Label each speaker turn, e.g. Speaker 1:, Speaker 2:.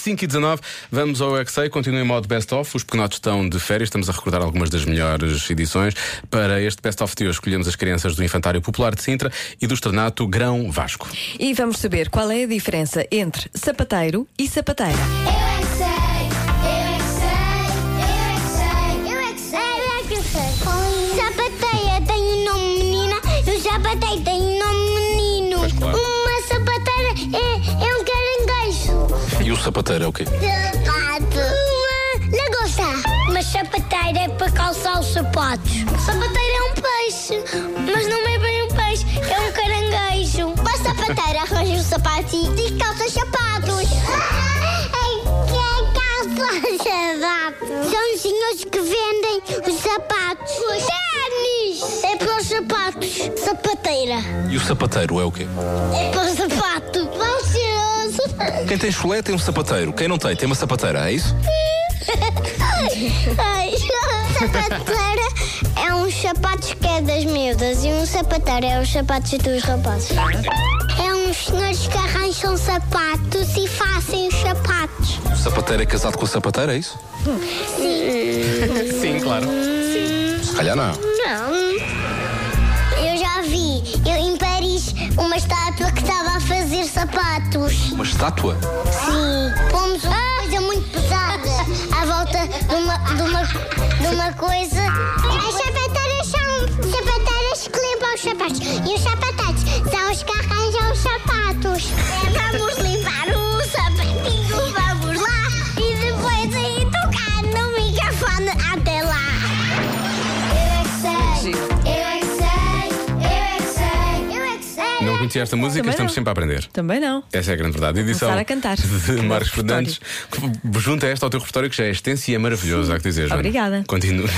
Speaker 1: 5 e 19, vamos ao UXA, continua em modo best-of. Os pequenotes estão de férias, estamos a recordar algumas das melhores edições. Para este best-of de hoje, escolhemos as crianças do Infantário Popular de Sintra e do Externato Grão Vasco.
Speaker 2: E vamos saber qual é a diferença entre sapateiro e sapateira.
Speaker 3: Eu é que sei, eu é que sei, eu é que sei, eu é que sei, eu é que sei. Já bateia tem um nome menina, eu já batei tem um nome menino.
Speaker 1: Pois claro.
Speaker 3: Uma sapateira é, é um caranguejo.
Speaker 1: E o sapateiro é o quê?
Speaker 3: Sapato. Uma lagosta. Uma sapateira é para calçar os sapatos. Sapateira é um peixe, mas não é bem um peixe, é um caranguejo. Uma sapateira arranja os sapatos e calça os sapatos. é São os senhores que vendem os sapatos. Os tênis! É para os sapatos. Sapateira.
Speaker 1: E o sapateiro é o quê?
Speaker 3: É para os sapatos. Valcioso.
Speaker 1: Quem tem chulé tem um sapateiro, quem não tem tem uma sapateira, é isso?
Speaker 3: Ai, sapateira é uns sapatos que é das miúdas e um sapateiro é os sapatos dos rapazes. É uns senhores que arranjam sapatos e fazem os sapatos.
Speaker 1: O sapateiro é casado com a sapateira, é isso? Sim, claro. Se calhar não.
Speaker 3: Não. Eu já vi eu, em Paris uma estátua que estava a fazer sapatos.
Speaker 1: Uma estátua?
Speaker 3: Sim. Pomos uma coisa muito pesada à volta de uma, de uma, de uma coisa. As sapateiras são sapateiras que limpam os sapatos. E os sapatos são os que arranjam os sapatos. É, Vamos limpar o sapatinho, vamos lá. E depois aí tocar no microfone até lá. Eu
Speaker 2: Giro.
Speaker 3: eu é que sei, eu é que sei, eu é que sei.
Speaker 1: Não conhecia esta música,
Speaker 2: Também
Speaker 1: estamos
Speaker 2: não.
Speaker 1: sempre a aprender.
Speaker 2: Também não.
Speaker 1: Essa é a grande verdade. Edição
Speaker 2: Começar a cantar.
Speaker 1: de
Speaker 2: Novo
Speaker 1: Marcos
Speaker 2: repertório.
Speaker 1: Fernandes. Junta esta ao teu repertório que já é extenso e é maravilhoso, há que dizer. Joana.
Speaker 2: Obrigada.
Speaker 1: Continua.